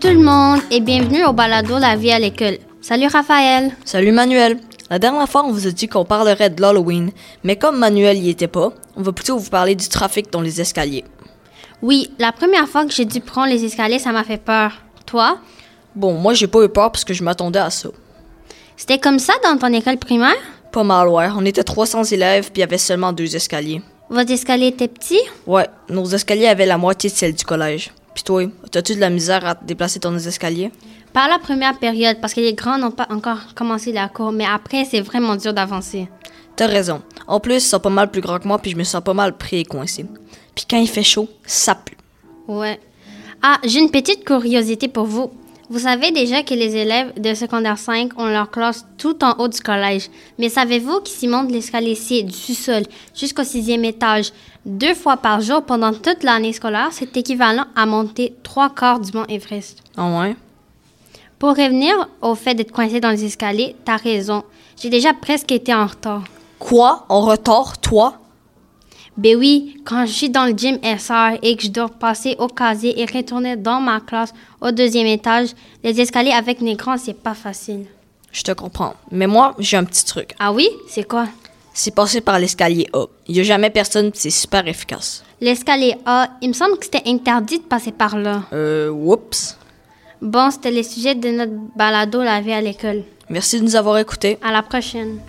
tout le monde et bienvenue au balado La vie à l'école. Salut Raphaël. Salut Manuel. La dernière fois, on vous a dit qu'on parlerait de l'Halloween, mais comme Manuel y était pas, on va plutôt vous parler du trafic dans les escaliers. Oui, la première fois que j'ai dû prendre les escaliers, ça m'a fait peur. Toi, Bon, moi j'ai pas eu peur parce que je m'attendais à ça. c'était comme ça dans ton école primaire? Pas mal, ouais. On était 300 élèves puis il y avait seulement deux escaliers. Votre escalier était petit? Ouais, nos escaliers avaient la moitié de celle du collège. Puis toi, t'as-tu de la misère à te déplacer dans les escaliers? Pas la première période parce que les grands n'ont pas encore commencé la cour, mais après c'est vraiment dur d'avancer. T'as raison. En plus, ils sont pas mal plus grands que moi puis je me sens pas mal pris et coincé. Puis quand il fait chaud, ça pue. Ouais. Ah, j'ai une petite curiosité pour vous. Vous savez déjà que les élèves de secondaire 5 ont leur classe tout en haut du collège. Mais savez-vous qu'ils s'y montent l'escalier C du sous-sol jusqu'au sixième étage deux fois par jour pendant toute l'année scolaire? C'est équivalent à monter trois quarts du mont Everest. Ah ouais? Pour revenir au fait d'être coincé dans les escaliers, t'as raison. J'ai déjà presque été en retard. Quoi? En retard, toi? Ben oui, quand je suis dans le gym SR et que je dois passer au casier et retourner dans ma classe au deuxième étage, les escaliers avec mes grands, c'est pas facile. Je te comprends. Mais moi, j'ai un petit truc. Ah oui? C'est quoi? C'est passer par l'escalier A. Il y a jamais personne, puis c'est super efficace. L'escalier A, il me semble que c'était interdit de passer par là. Euh, whoops. Bon, c'était le sujet de notre balado la vie à l'école. Merci de nous avoir écoutés. À la prochaine.